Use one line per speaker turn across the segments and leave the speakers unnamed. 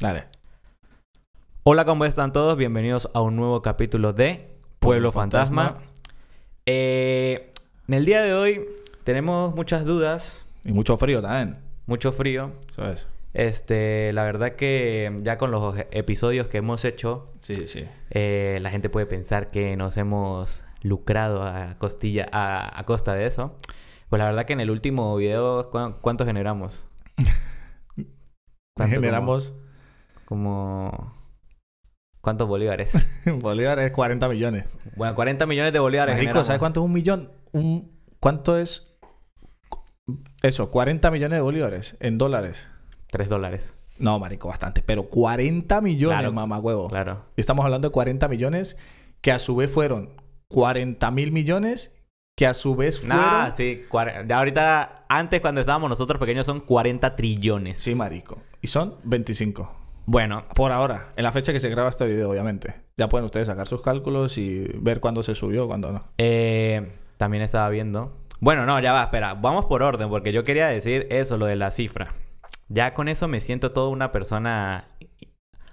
Dale.
Hola, ¿cómo están todos? Bienvenidos a un nuevo capítulo de Pueblo
Pueblo Fantasma.
Fantasma. Eh, en el día de hoy tenemos muchas dudas,
Y mucho frío también.
mucho frío.
¿Sabes?
Este, la verdad que ya con los episodios que hemos hecho,
Sí, sí.
eh, la gente puede pensar que nos hemos lucrado a costilla, a, a costa de eso. Pues la verdad que en el último video, ¿cu- ¿cuánto generamos? ¿Cuánto?
Generamos
Como... ¿Cuántos bolívares?
bolívares 40 millones.
Bueno, 40 millones de bolívares.
Marico,
generamos.
¿sabes cuánto es un millón? Un, ¿Cuánto es eso? 40 millones de bolívares en dólares.
3 dólares.
No, marico, bastante. Pero 40 millones,
Claro.
mamá huevo.
Claro.
Y Estamos hablando de 40 millones que a su vez fueron 40 mil millones que a su vez fueron...
Nah, sí. cuar- Ya ahorita, antes cuando estábamos nosotros pequeños, son 40 trillones.
Sí, marico. Y son 25.
Bueno,
Por ahora, en la fecha que se graba este video, obviamente. Ya pueden ustedes sacar sus cálculos y ver cuándo se subió, cuándo no.
eh, también estaba viendo. Bueno, no, ya va, espera. Vamos por orden, porque yo quería decir eso, lo de la cifra. Ya con eso me siento toda una persona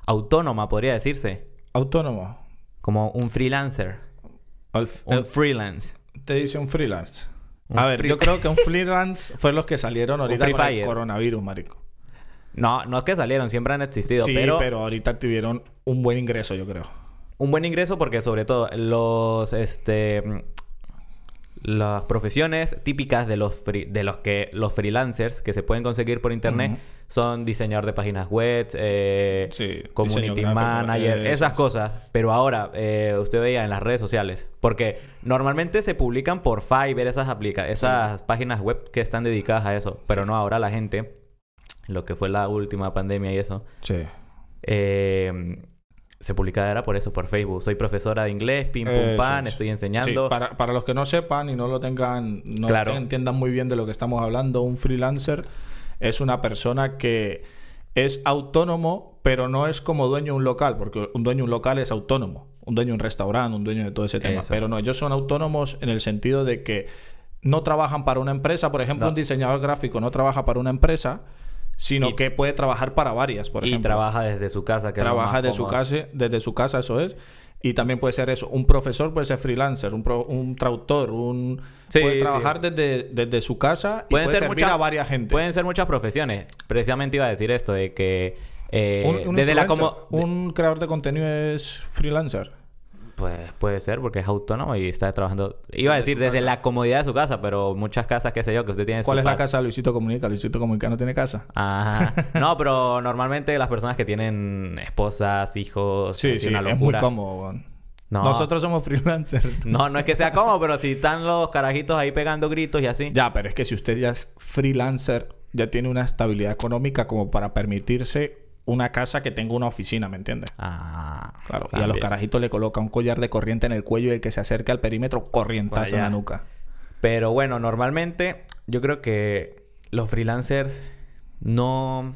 autónoma, podría decirse.
Autónomo.
Como un freelancer.
Al-
Un freelance.
Te dice un freelance.
Un
a ver,
free-
yo creo que un freelance fue los que salieron ahorita
free
con el
fire.
coronavirus, marico.
No, no es que salieron, siempre han existido,
sí,
pero,
pero... ahorita tuvieron un buen ingreso, yo creo.
un buen ingreso porque sobre todo los este mm, las profesiones típicas de los free- de los que los freelancers que se pueden conseguir por internet
Ujú.
son diseñador de páginas web, eh,
Sí, diseño
community
gráfico,
manager,
eh,
esas cosas. Pero ahora eh, usted veía en las redes sociales, porque normalmente se publican por Fiverr esas aplica esas páginas web que están dedicadas a eso, pero no ahora la gente lo que fue la última pandemia y eso
Sí.
eh, se publicaba era por eso, por Facebook. Soy profesora de inglés, pim pum
Eso
pan,
es.
estoy
Sí,
enseñando.
para, para los que no sepan y no lo tengan, no
Claro.
entiendan muy bien de lo que estamos hablando, un freelancer es una persona que es autónomo, pero no es como dueño de un local, porque un dueño de un local es autónomo, un dueño de un restaurante, un dueño de todo ese tema.
Eso.
Pero no, ellos son autónomos en el sentido de que no trabajan para una empresa. Por ejemplo,
No.
un diseñador gráfico no trabaja para una empresa, sino
Y-
que puede trabajar para varias, por
y
ejemplo
trabaja desde su casa. Que es lo
trabaja
más
de su
cómodo.
casa, desde su casa, eso es. Y también puede ser eso. Un profesor puede ser freelancer, un, pro- un traductor, un...
Sí,
puede
sí.
trabajar desde, desde su casa y
Pueden
puede
ser
servir
muchas-
a varias gente.
Pueden ser muchas profesiones. Precisamente iba a decir esto, de que... eh,
un, un
desde la
influencer,
como...
un creador de contenido es freelancer.
Pues puede ser, porque es autónomo y está trabajando... Iba a decir desde la comodidad de su casa, pero muchas casas, qué sé yo, que usted tiene... en su
¿Cuál es la
patio.
casa de Luisito Comunica? Luisito Comunica no tiene casa.
Ajá. No, pero normalmente las personas que tienen esposas, hijos,
Sí,
es
sí,
una
es muy
locura.
cómodo. weón.
No.
Nosotros somos freelancers.
No, no es que sea cómodo, pero si están los carajitos ahí pegando gritos y así.
Ya, pero es que si usted ya es freelancer, ya tiene una estabilidad económica como para permitirse una casa que tenga una oficina, ¿me entiendes?
Ah,
Claro, y a los
también.
carajitos le coloca un collar de corriente en el cuello y el que se acerca al perímetro,
Para
corrientazo en
allá.
la nuca.
Pero bueno, normalmente yo creo que los freelancers no...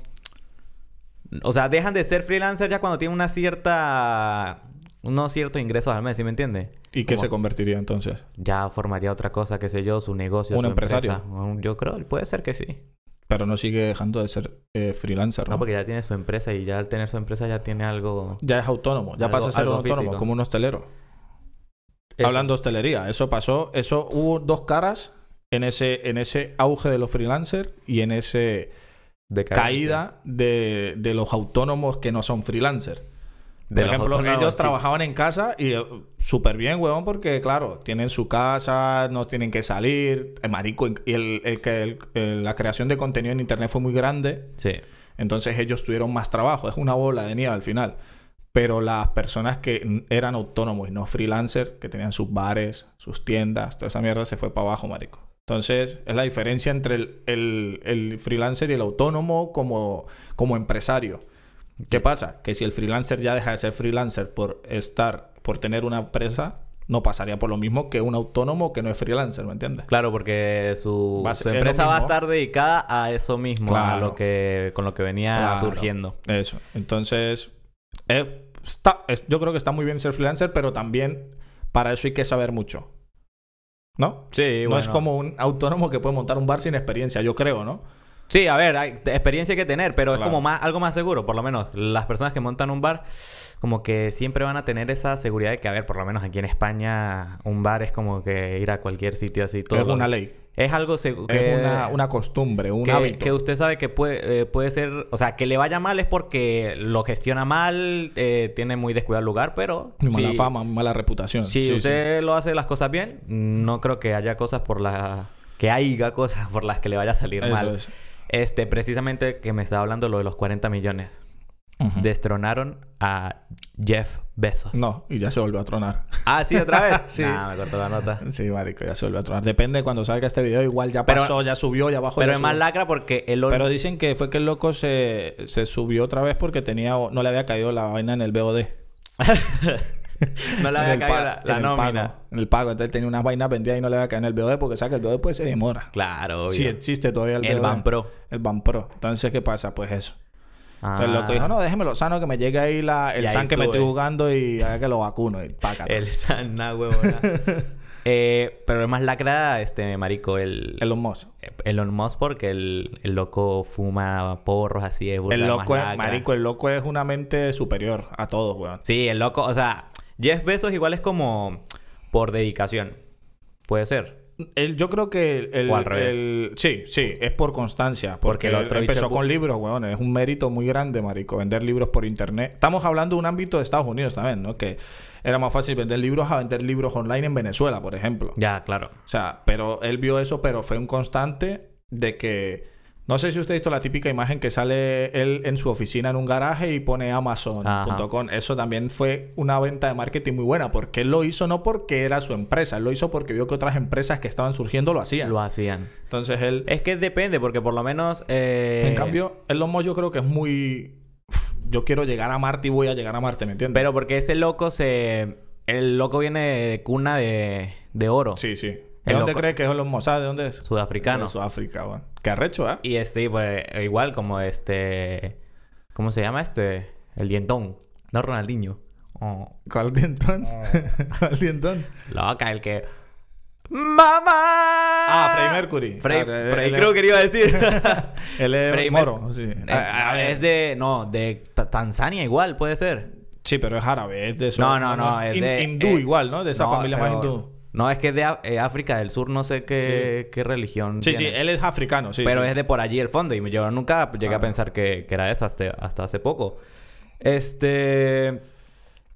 O sea, dejan de ser freelancers ya cuando tienen una cierta... Unos ciertos ingresos al mes, ¿sí me entiende?
¿Y qué
Como-
se convertiría entonces?
Ya formaría otra cosa, qué sé yo, su negocio,
Un
su
empresario.
empresa. Un- Yo creo, puede ser que sí.
Pero no sigue dejando de ser eh, freelancer, ¿no?
No, porque ya tiene su empresa y ya al tener su empresa ya tiene algo...
Ya es autónomo, ya
Algo-
pasa a ser un
algo
autónomo,
físico.
como un hostelero. Hablando de hostelería, eso pasó, eso hubo dos caras en ese, en ese auge de los freelancers y en ese
de caída.
caída de, de los autónomos que no son freelancers.
De
Por
los
ejemplo,
autónomos,
ellos
sí.
trabajaban en casa y eh, súper bien, huevón, porque claro, tienen su casa, no tienen que salir. El marico, y el, el que el- el- la creación de contenido en internet fue muy grande,
Sí.
entonces ellos tuvieron más trabajo. Es una bola de nieve al final. Pero las personas que n- eran autónomos y no freelancers, que tenían sus bares, sus tiendas, toda esa mierda se fue para abajo, marico. Entonces, es la diferencia entre el, el- el freelancer y el autónomo como, como empresario. ¿Qué pasa? Que si el freelancer ya deja de ser freelancer por estar, por tener una empresa, no pasaría por lo mismo que un autónomo que no es freelancer, ¿me entiendes?
Claro, porque su,
Va a
su
ser- es lo
empresa va a
mismo.
estar dedicada a eso mismo, a
Claro.
lo que, con lo que venía
Claro.
surgiendo.
Eso. Entonces, es- está, es- yo creo que está muy bien ser freelancer, pero también para eso hay que saber mucho. ¿No?
Sí,
no es como un autónomo que puede montar un bar sin experiencia, yo creo, ¿no?
Sí, a ver, hay te- experiencia hay que tener, pero es
Claro.
como más, algo más seguro, por lo menos. Las personas que montan un bar, como que siempre van a tener esa seguridad de que, a ver, por lo menos aquí en España, un bar es como que ir a cualquier sitio así. Todo
es una ley.
Es algo seguro.
Es una, una costumbre, un
que,
hábito.
que usted sabe que puede, eh, puede ser, o sea, que le vaya mal es porque lo gestiona mal, eh, tiene muy descuidado el lugar, pero...
Muy mala
si-
fama, muy mala reputación.
Si
Sí, sí. Mm.
usted lo hace las cosas bien, no creo que haya cosas por las... Que haya cosas por las que le vaya a salir
Eso
mal.
es.
Este, precisamente que me estaba hablando lo de los 40 millones.
Ujú.
Destronaron a Jeff Bezos.
No, y ya se volvió a tronar.
Ah, sí, otra vez.
Sí.
Nah, me cortó la nota.
Sí, marico, ya se volvió a tronar. Depende de cuando salga este video. Igual ya
Pero-
pasó, ya subió, ya bajó.
Pero
ya
es más
subió.
lacra porque el ol-
Pero dicen que fue que el loco se, se subió otra vez porque tenía no le había caído la vaina en el BOD.
no
En
le había
el
caído
pa-
la, la
en el
nómina.
pago, en el pago. Entonces tenía unas vainas vendidas y no le había caído en el BOD porque sabe que el BOD pues se demora.
Claro, obvio.
Sí, existe todavía el BOD.
el Banpro.
El Banpro. Entonces, ¿qué pasa? Pues eso. Entonces el
Ah.
loco dijo, no, déjemelo sano que me llegue ahí la, el
Y ahí
san que me
sube.
estoy jugando y haga que lo vacuno. Y pácata.
El sana, huevona. eh, pero es más lacra, este, marico, el...
Elon Musk.
Eh, Elon Musk porque el, el loco fuma porros así de burla
El
más
loco es,
lacra.
marico, el loco es una mente superior a todos, weón.
Sí, el loco, o sea, Jeff Bezos igual es como por dedicación. Puede ser.
Él- yo creo que el,
O al revés.
el- sí, sí, es por constancia. Porque,
Porque el
él
otro
empezó
bicho-
con libros, weón. Es un mérito muy grande, marico, vender libros por internet. Estamos hablando de un ámbito de Estados Unidos también, ¿no? Que era más fácil vender libros a vender libros online en Venezuela, por ejemplo.
Ya, claro.
O sea, pero él vio eso, pero fue un constante de que. No sé si usted ha visto la típica imagen que sale él en su oficina en un garaje y pone Amazon.com. Eso también fue una venta de marketing muy buena, porque él lo hizo no porque era su empresa, él lo hizo porque vio que otras empresas que estaban surgiendo lo hacían.
Lo Eh, hacían.
Entonces él.
Es que depende, porque por lo menos... eh,
En cambio, Elon Musk yo creo que es muy. "Uf, Yo quiero llegar a Marte y voy a llegar a Marte, ¿me entiendes?
Pero porque ese loco se... El loco viene de cuna de, de oro.
Sí, sí. ¿De
El
dónde
loco-
crees que es Elon Musk? ¿Sabes de dónde es?
Sudafricano.
De Sudáfrica, weón. Qué arrecho, ¿eh?
Y este, pues, igual como este... ¿Cómo se llama este? El dientón. No Ronaldinho. Oh.
¿Cuál dientón? ¿Cuál dientón?
Loca, el que... ¡Mamá! Ah,
Ah, Freddie Mercury.
Frey,
Ah, él-
Frey
él-
creo que iba a decir.
Él es
Freddie
moro,
Mer-
sí. Ah,
Eh,
A- a ver.
es de... No, de Ta- Tanzania igual, puede ser.
Sí, pero es árabe, es de eso.
No, no, no. Es de,
hindú
eh,
igual, ¿no? De esa
no,
familia más
pero-
hindú.
No, es que es de Af- eh, África del Sur, no sé qué, qué religión.
Sí, sí,
tiene.
él es africano, sí.
pero
sí.
es de por allí el fondo. Y yo nunca llegué
Ah.
a pensar que, que era eso hasta, hasta hace poco. Este.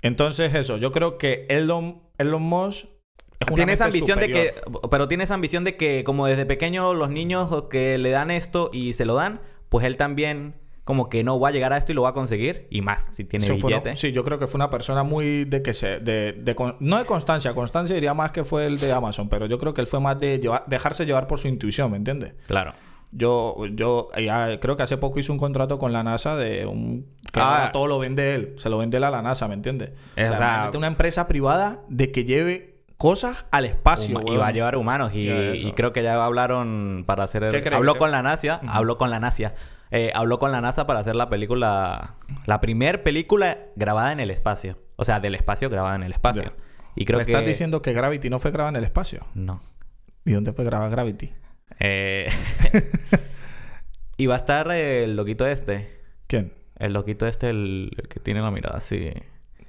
Entonces, eso, yo creo que Elon, Elon Musk. es una
Tiene esa
mente
ambición
superior.
de que. Pero tiene esa ambición de que, como desde pequeño, los niños o que le dan esto y se lo dan, pues él también, como que no va a llegar a esto y lo va a conseguir. Y más, si tiene
Eso fue una-
billete.
sí, yo creo que fue una persona muy de que se. De, de con- no de constancia, constancia diría más que fue el de Amazon, pero yo creo que él fue más de llevar- dejarse llevar por su intuición, ¿me entiendes?
Claro.
Yo, yo ya creo que hace poco hice un contrato con la NASA de un... Que
Ah.
ahora todo lo vende él. Se lo vende él a la NASA, ¿me entiendes?
Es,
o
o
sea,
sea,
imagínate una empresa privada de que lleve cosas al espacio,
Huma- y
weón.
va a llevar humanos. Y,
Ya, eso.
y creo que ya hablaron para hacer. el-
¿Qué crees?
habló con la NASA. Habló con la NASA. eh, habló con la NASA para hacer la película. La primer película grabada en el espacio. O sea, del espacio grabada en el espacio.
Ya.
Y creo
Me
que.
estás diciendo que Gravity no fue grabada en el espacio.
No.
¿Y dónde fue grabada Gravity?
Eh, y va a estar el loquito este.
¿Quién?
El loquito este, el, el que tiene la mirada así.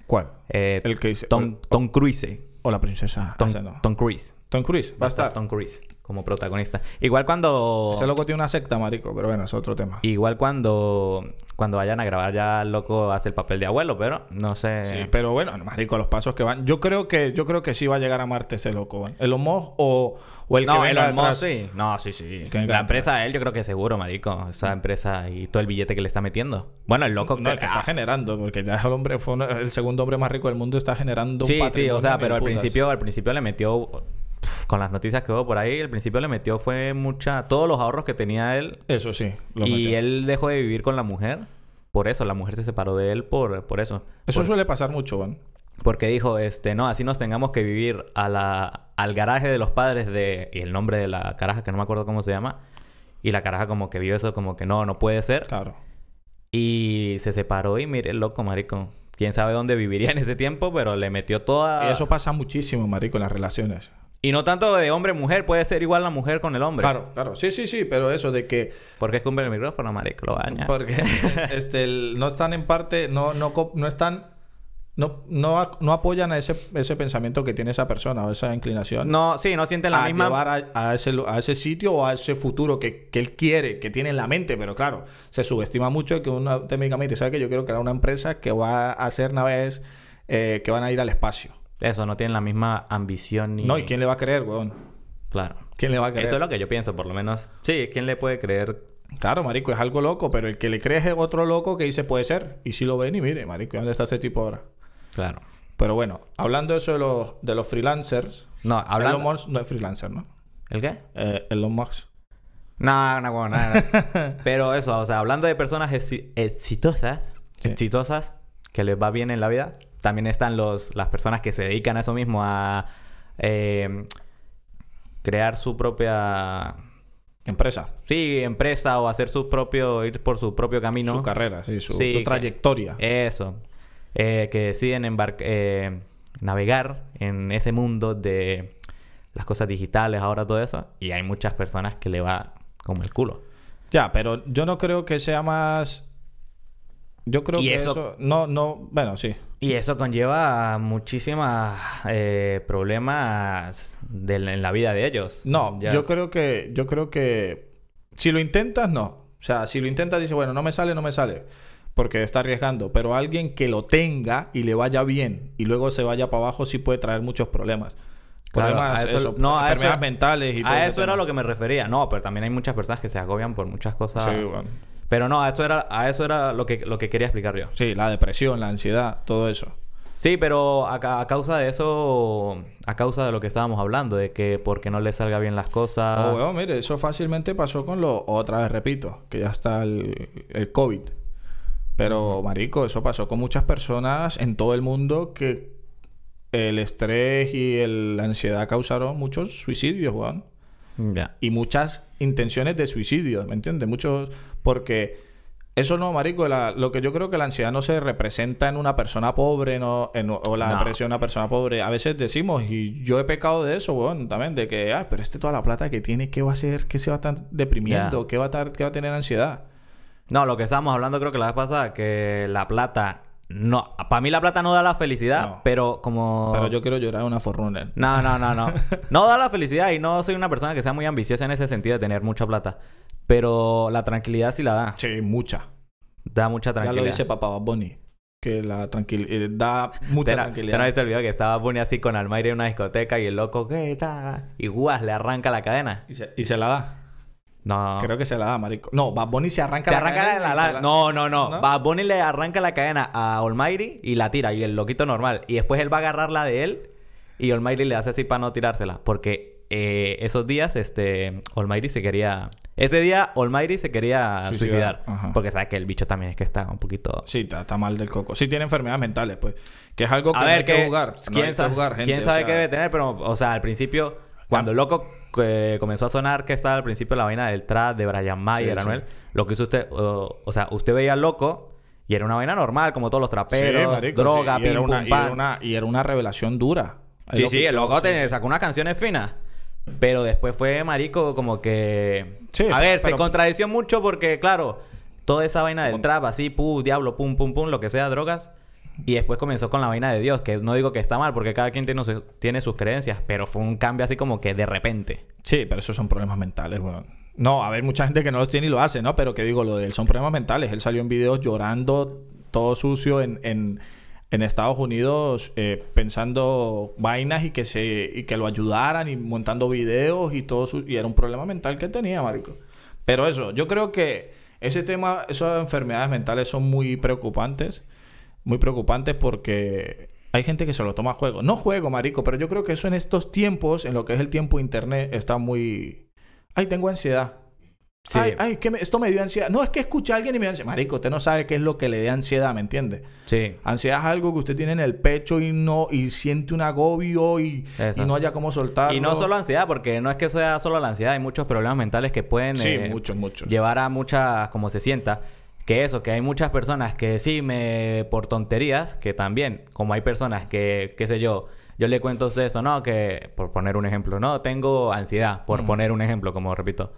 ¿Cuál?
Eh,
El que dice-
Tom, Tom Cruise.
¿O la princesa?
Tom,
Ese no.
Tom Cruise.
Tom Cruise. Va a estar.
Tom Cruise como protagonista. Igual cuando.
Ese loco tiene una secta, marico. Pero bueno, es otro tema.
Igual cuando, cuando vayan a grabar ya el loco hace el papel de abuelo, pero no sé.
Sí, pero bueno, marico, los pasos que van. Yo creo que yo creo que sí va a llegar a Marte ese loco. weón. Elon Musk o, o el
no,
que venga
Elon
detrás.
Musk sí. No, sí, sí.
que venga
La empresa de él yo creo que seguro, marico. Esa empresa y todo el billete que le está metiendo. Bueno, el loco...
No, el que está
ah,
generando, porque ya es el hombre, fue uno- el segundo hombre más rico del mundo, está generando un
sí, sí,
patrimonio
o sea,
mil
pero al
putas.
principio, al principio le metió... pf, Con las noticias que hubo por ahí, al principio le metió fue mucha... Todos los ahorros que tenía él.
Eso sí, lo
y
metió.
él dejó de vivir con la mujer. Por eso, la mujer se separó de él por, por eso.
Eso suele pasar mucho, weón.
Porque dijo, este, no, así nos tengamos que vivir a la, al garaje de los padres de... Y el nombre de la caraja, que no me acuerdo cómo se llama. Y la caraja como que vio eso, como que no, no puede ser.
Claro.
Y se separó y mire, loco, marico. Quién sabe dónde viviría en ese tiempo, pero le metió toda...
Y eso pasa muchísimo, marico, en las relaciones.
Y no tanto de hombre-mujer, puede ser igual la mujer con el hombre.
Claro, claro. Sí, sí, sí, pero eso de que
Porque es cumple el micrófono, marico, lo daña.
porque este el- no están en parte no no co- no están no, no, ac- no apoyan a ese, ese pensamiento que tiene esa persona o esa inclinación
No, sí, no sienten la
a
misma...
Ah, llevar a, a ese, lu- a ese sitio o a ese futuro que, que él quiere, que tiene en la mente, pero claro, se subestima mucho que uno técnicamente sabe que yo quiero crear una empresa que va a hacer naves eh, que van a ir al espacio.
Eso, no tienen la misma ambición ni...
No, ¿y quién le va a creer, weón?
Claro.
¿Quién le va a creer?
Eso es lo que yo pienso, por lo menos. Sí, ¿quién le puede creer?
Claro, marico, es algo loco, pero el que le cree es otro loco que dice puede ser. Y si lo ven y mire, marico, ¿dónde está ese tipo ahora?
Claro.
Pero bueno, hablando de eso de los, de los freelancers,
No,
Elon
hablando...
Musk no es freelancer, ¿no?
¿El qué?
Eh, Elon Musk.
No, no, no, no, no. Pero eso, o sea, hablando de personas exi- exitosas,
Sí.
exitosas, que les va bien en la vida, también están los, las personas que se dedican a eso mismo, a eh, crear su propia,
Empresa.
sí, empresa o hacer su propio, ir por su propio camino.
Su carrera, sí, su,
Sí,
su
que-
trayectoria.
Eso. Eh, que deciden embar- eh, navegar en ese mundo de las cosas digitales, ahora todo eso. Y hay muchas personas que le va como el culo.
Ya, pero yo no creo que sea más. Yo creo
Y
que
eso-
eso... No, no. Bueno, sí.
Y eso conlleva muchísimos problemas de- en la vida de ellos.
No,
Ya.
yo creo que. Yo creo que. Si lo intentas, no. O sea, si lo intentas, dices, bueno, no me sale, no me sale. Porque está arriesgando. Pero alguien que lo tenga y le vaya bien y luego se vaya para abajo, sí puede traer muchos problemas.
Claro,
Problemas,
a eso-
eso,
no, a eso-
enfermedades mentales y todo
A
ese
eso era
tema.
lo que me refería. No, pero también hay muchas personas que se agobian por muchas cosas.
Sí, bueno.
Pero no, a eso era, a eso era lo, que, lo que quería explicar yo.
Sí, la depresión, la ansiedad, todo eso.
Sí, pero a, ca- a causa de eso, a causa de lo que estábamos hablando, de que porque no le salga bien las cosas.
Oh, weón, mire, eso fácilmente pasó con lo... Otra vez repito, que ya está el, el COVID. Pero, marico, eso pasó con muchas personas en todo el mundo que el estrés y el- la ansiedad causaron muchos suicidios, weón.
Ya.
Y muchas intenciones de suicidio, ¿me entiendes? Muchos... Porque... Eso no, marico. la- lo que yo creo que la ansiedad no se representa en una persona pobre no, en- o la
No.
depresión en una persona pobre. A veces decimos, y yo he pecado de eso, weón, también, de que, ah, pero este toda la plata que tiene, ¿qué va a hacer? ¿Qué se va a estar deprimiendo?
Ya.
¿Qué, va a estar, ¿Qué va a tener ansiedad?
No, lo que estábamos hablando creo que la vez pasada, que la plata... No, para mí la plata no da la felicidad,
No.
pero como...
Pero yo quiero llorar una forrunner.
No, no, no, no. No da la felicidad y no soy una persona que sea muy ambiciosa en ese sentido de tener mucha plata. Pero la tranquilidad sí la da.
Sí, mucha.
Da mucha
Ya
tranquilidad.
lo dice papá Bad Bunny. Que la tranquilidad... da mucha
¿Te no-
tranquilidad.
te no viste el este video que estaba Bunny así con Almaire en una discoteca y el loco, ¿qué tal? Y guas, le arranca la cadena.
y, se, y se la da.
No.
Creo que se la da, marico. No, Bad Bunny se arranca
Ah. Se arranca
cadena
la,
y
la-
se
la- No, no, no.
¿No?
Bad Bunny le arranca la cadena a Almighty y la tira. Y el loquito normal. Y después él va a agarrar la de él. Y Almighty le hace así para no tirársela. Porque eh, esos días, este... Almighty se quería... Ese día, Almighty se quería suicidar.
Suicidar, ajá.
Porque sabe que el bicho también es que está un poquito...
Sí, está, está mal del coco. Sí tiene enfermedades mentales, pues. Que es algo que
A
no
ver,
hay
que...
que jugar. No
¿Quién,
hay que
sabe,
jugar, gente,
quién
o
sabe
sea,
qué debe tener? Pero, o sea, al principio... Cuando el loco eh, comenzó a sonar que estaba al principio la vaina del trap de Brian
Sí,
Mayer,
sí.
Anuel... Lo que hizo usted... o- o sea, usted veía al loco... Y era una vaina normal, como todos los
Sí,
traperos,
marico,
droga,
sí. Y
pim,
era
pum,
una, y
pam.
era una- y era una revelación dura. Ahí
Sí,
lo
sí,
fichó,
el loco
sí.
te- sacó unas canciones finas. Pero después fue marico como que...
Sí,
a ver, se
pero-
contradició mucho porque, claro, toda esa vaina del
Con-
trap, así, pu, diablo, pum, pum, pum, lo que sea, drogas. Y después comenzó con la vaina de Dios, que no digo que está mal, porque cada quien tiene, su- tiene sus creencias, pero fue un cambio así como que de repente.
Sí, pero esos son problemas mentales, weón. No, a ver, mucha gente que no los tiene y lo hace, ¿no? Pero que digo, lo de él son problemas mentales. Él salió en videos llorando, todo sucio, en, en, en Estados Unidos, eh, pensando vainas y que se y que lo ayudaran y montando videos y todo su- y era un problema mental que él tenía, marico. Pero eso, yo creo que ese tema, esas enfermedades mentales son muy preocupantes muy preocupantes porque hay gente que se lo toma a juego. No juego, marico, pero yo creo que eso en estos tiempos, en lo que es el tiempo de internet, está muy. Ay, tengo ansiedad.
Sí.
Ay, ay, que me- esto me dio ansiedad. No, es que escucha a alguien y me dio ansiedad. Marico, usted no sabe qué es lo que le dé ansiedad, ¿me entiende?
Sí.
Ansiedad es algo que usted tiene en el pecho y no y siente un agobio y, y
Exacto.
Ah, no haya cómo soltarlo.
Y no solo ansiedad, porque no es que sea solo la ansiedad, hay muchos problemas mentales que pueden
Sí,
eh,
mucho, mucho.
llevar a muchas, como se sienta, que eso, que hay muchas personas que sí me por tonterías, que también, como hay personas que, qué sé yo, Yo le cuento a usted eso, ¿no? Que, por poner un ejemplo, no, tengo ansiedad,
Mm.
por poner un ejemplo, como repito.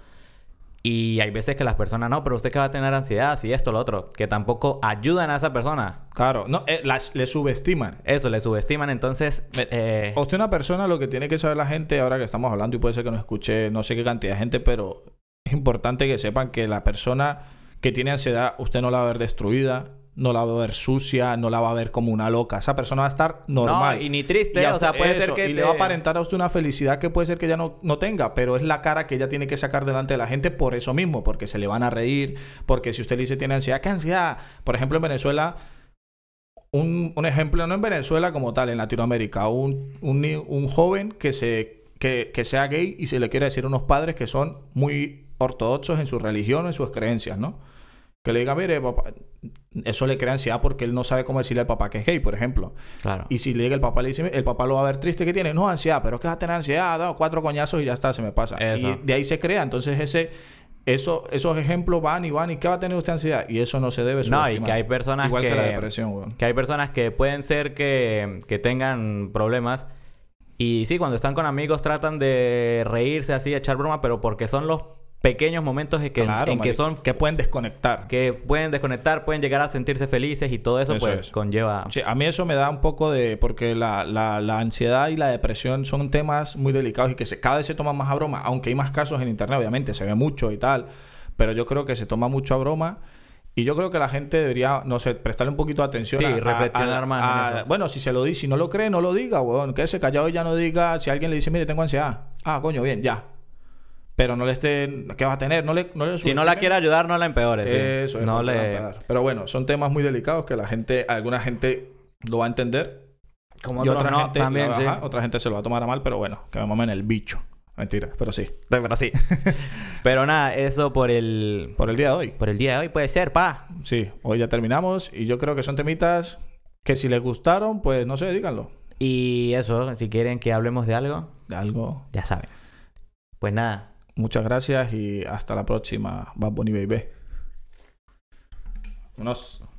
Y hay veces que las personas, no, pero usted que va a tener ansiedad, si esto, lo otro, que tampoco ayudan a esa persona.
Claro, no, eh, las, le subestiman.
Eso, le subestiman, entonces... eh,
Usted una persona, lo que tiene que saber la gente, ahora que estamos hablando y puede ser que nos escuche no sé qué cantidad de gente, pero es importante que sepan que la persona que tiene ansiedad, usted no la va a ver destruida, no la va a ver sucia, no la va a ver como una loca. Esa persona va a estar normal.
No, y ni triste,
Y a
o sea,
usted-
puede ser
eso,
que
y
te-
le va a aparentar a usted una felicidad que puede ser que ya no, no tenga, pero es la cara que ella tiene que sacar delante de la gente por eso mismo, porque se le van a reír, porque si usted le dice tiene ansiedad, ¿qué ansiedad? Por ejemplo, en Venezuela, un, un ejemplo, no en Venezuela como tal, en Latinoamérica, un, un, ni- un joven que, se, que, que sea gay y se le quiere decir a unos padres que son muy ortodoxos en su religión o en sus creencias, ¿no? Que le diga, mire, papá, eso le crea ansiedad porque él no sabe cómo decirle al papá que es gay, por ejemplo.
Claro.
Y si le llega el papá, le dice, el papá lo va a ver triste que tiene. No, ansiedad, pero es que va a tener ansiedad, no, cuatro coñazos y ya está, se me pasa.
Eso.
Y de ahí se crea. Entonces, ese, eso, esos ejemplos van y van. ¿Y qué va a tener usted ansiedad? Y eso no se debe
No, y
subestimar.
que hay personas
Igual que...
que
la depresión, weón.
Que hay personas que pueden ser que, que tengan problemas. Y sí, cuando están con amigos tratan de reírse así, echar broma, pero porque son los pequeños momentos en que,
Claro,
en que
marico,
son
Que pueden desconectar.
que pueden desconectar, pueden llegar a sentirse felices y todo eso,
Eso
pues
es.
conlleva.
Sí, a mí eso me da un poco de... Porque la, la, la ansiedad y la depresión son temas muy delicados y que se, cada vez se toman más a broma. Aunque hay más casos en internet, obviamente, se ve mucho y tal. Pero yo creo que se toma mucho a broma. Y yo creo que la gente debería, no sé, prestarle un poquito de atención.
Sí,
a- a-
reflexionar más en eso.
Bueno, si se lo dice, si no lo cree, no lo diga, weón. Quédese callado y ya no diga. Si alguien le dice, mire, tengo ansiedad. Ah, coño, bien, ya. Pero no le esté... ¿Qué va a tener? No le... No le
Si no la
subestimen.
quiere ayudar, no la empeores. sí.
pues, Eso es
no
lo que van a
le.
pagar. Pero bueno, son temas muy delicados que la gente, alguna gente lo va a entender.
Como
y
otros
otra
no,
gente
también,
la-
sí.
ajá, otra gente se lo va a tomar a mal, pero bueno, que me mamen el bicho. Mentira, pero sí.
Pero sí. pero nada, eso por el.
Por el día de hoy.
Por el día de hoy puede ser, pa.
Sí, hoy ya terminamos y yo creo que son temitas que si les gustaron, pues no sé, díganlo.
Y eso, si quieren que hablemos de algo,
De algo.
ya saben. Pues nada.
Muchas gracias y hasta la próxima, Bad Bunny Baby. Unos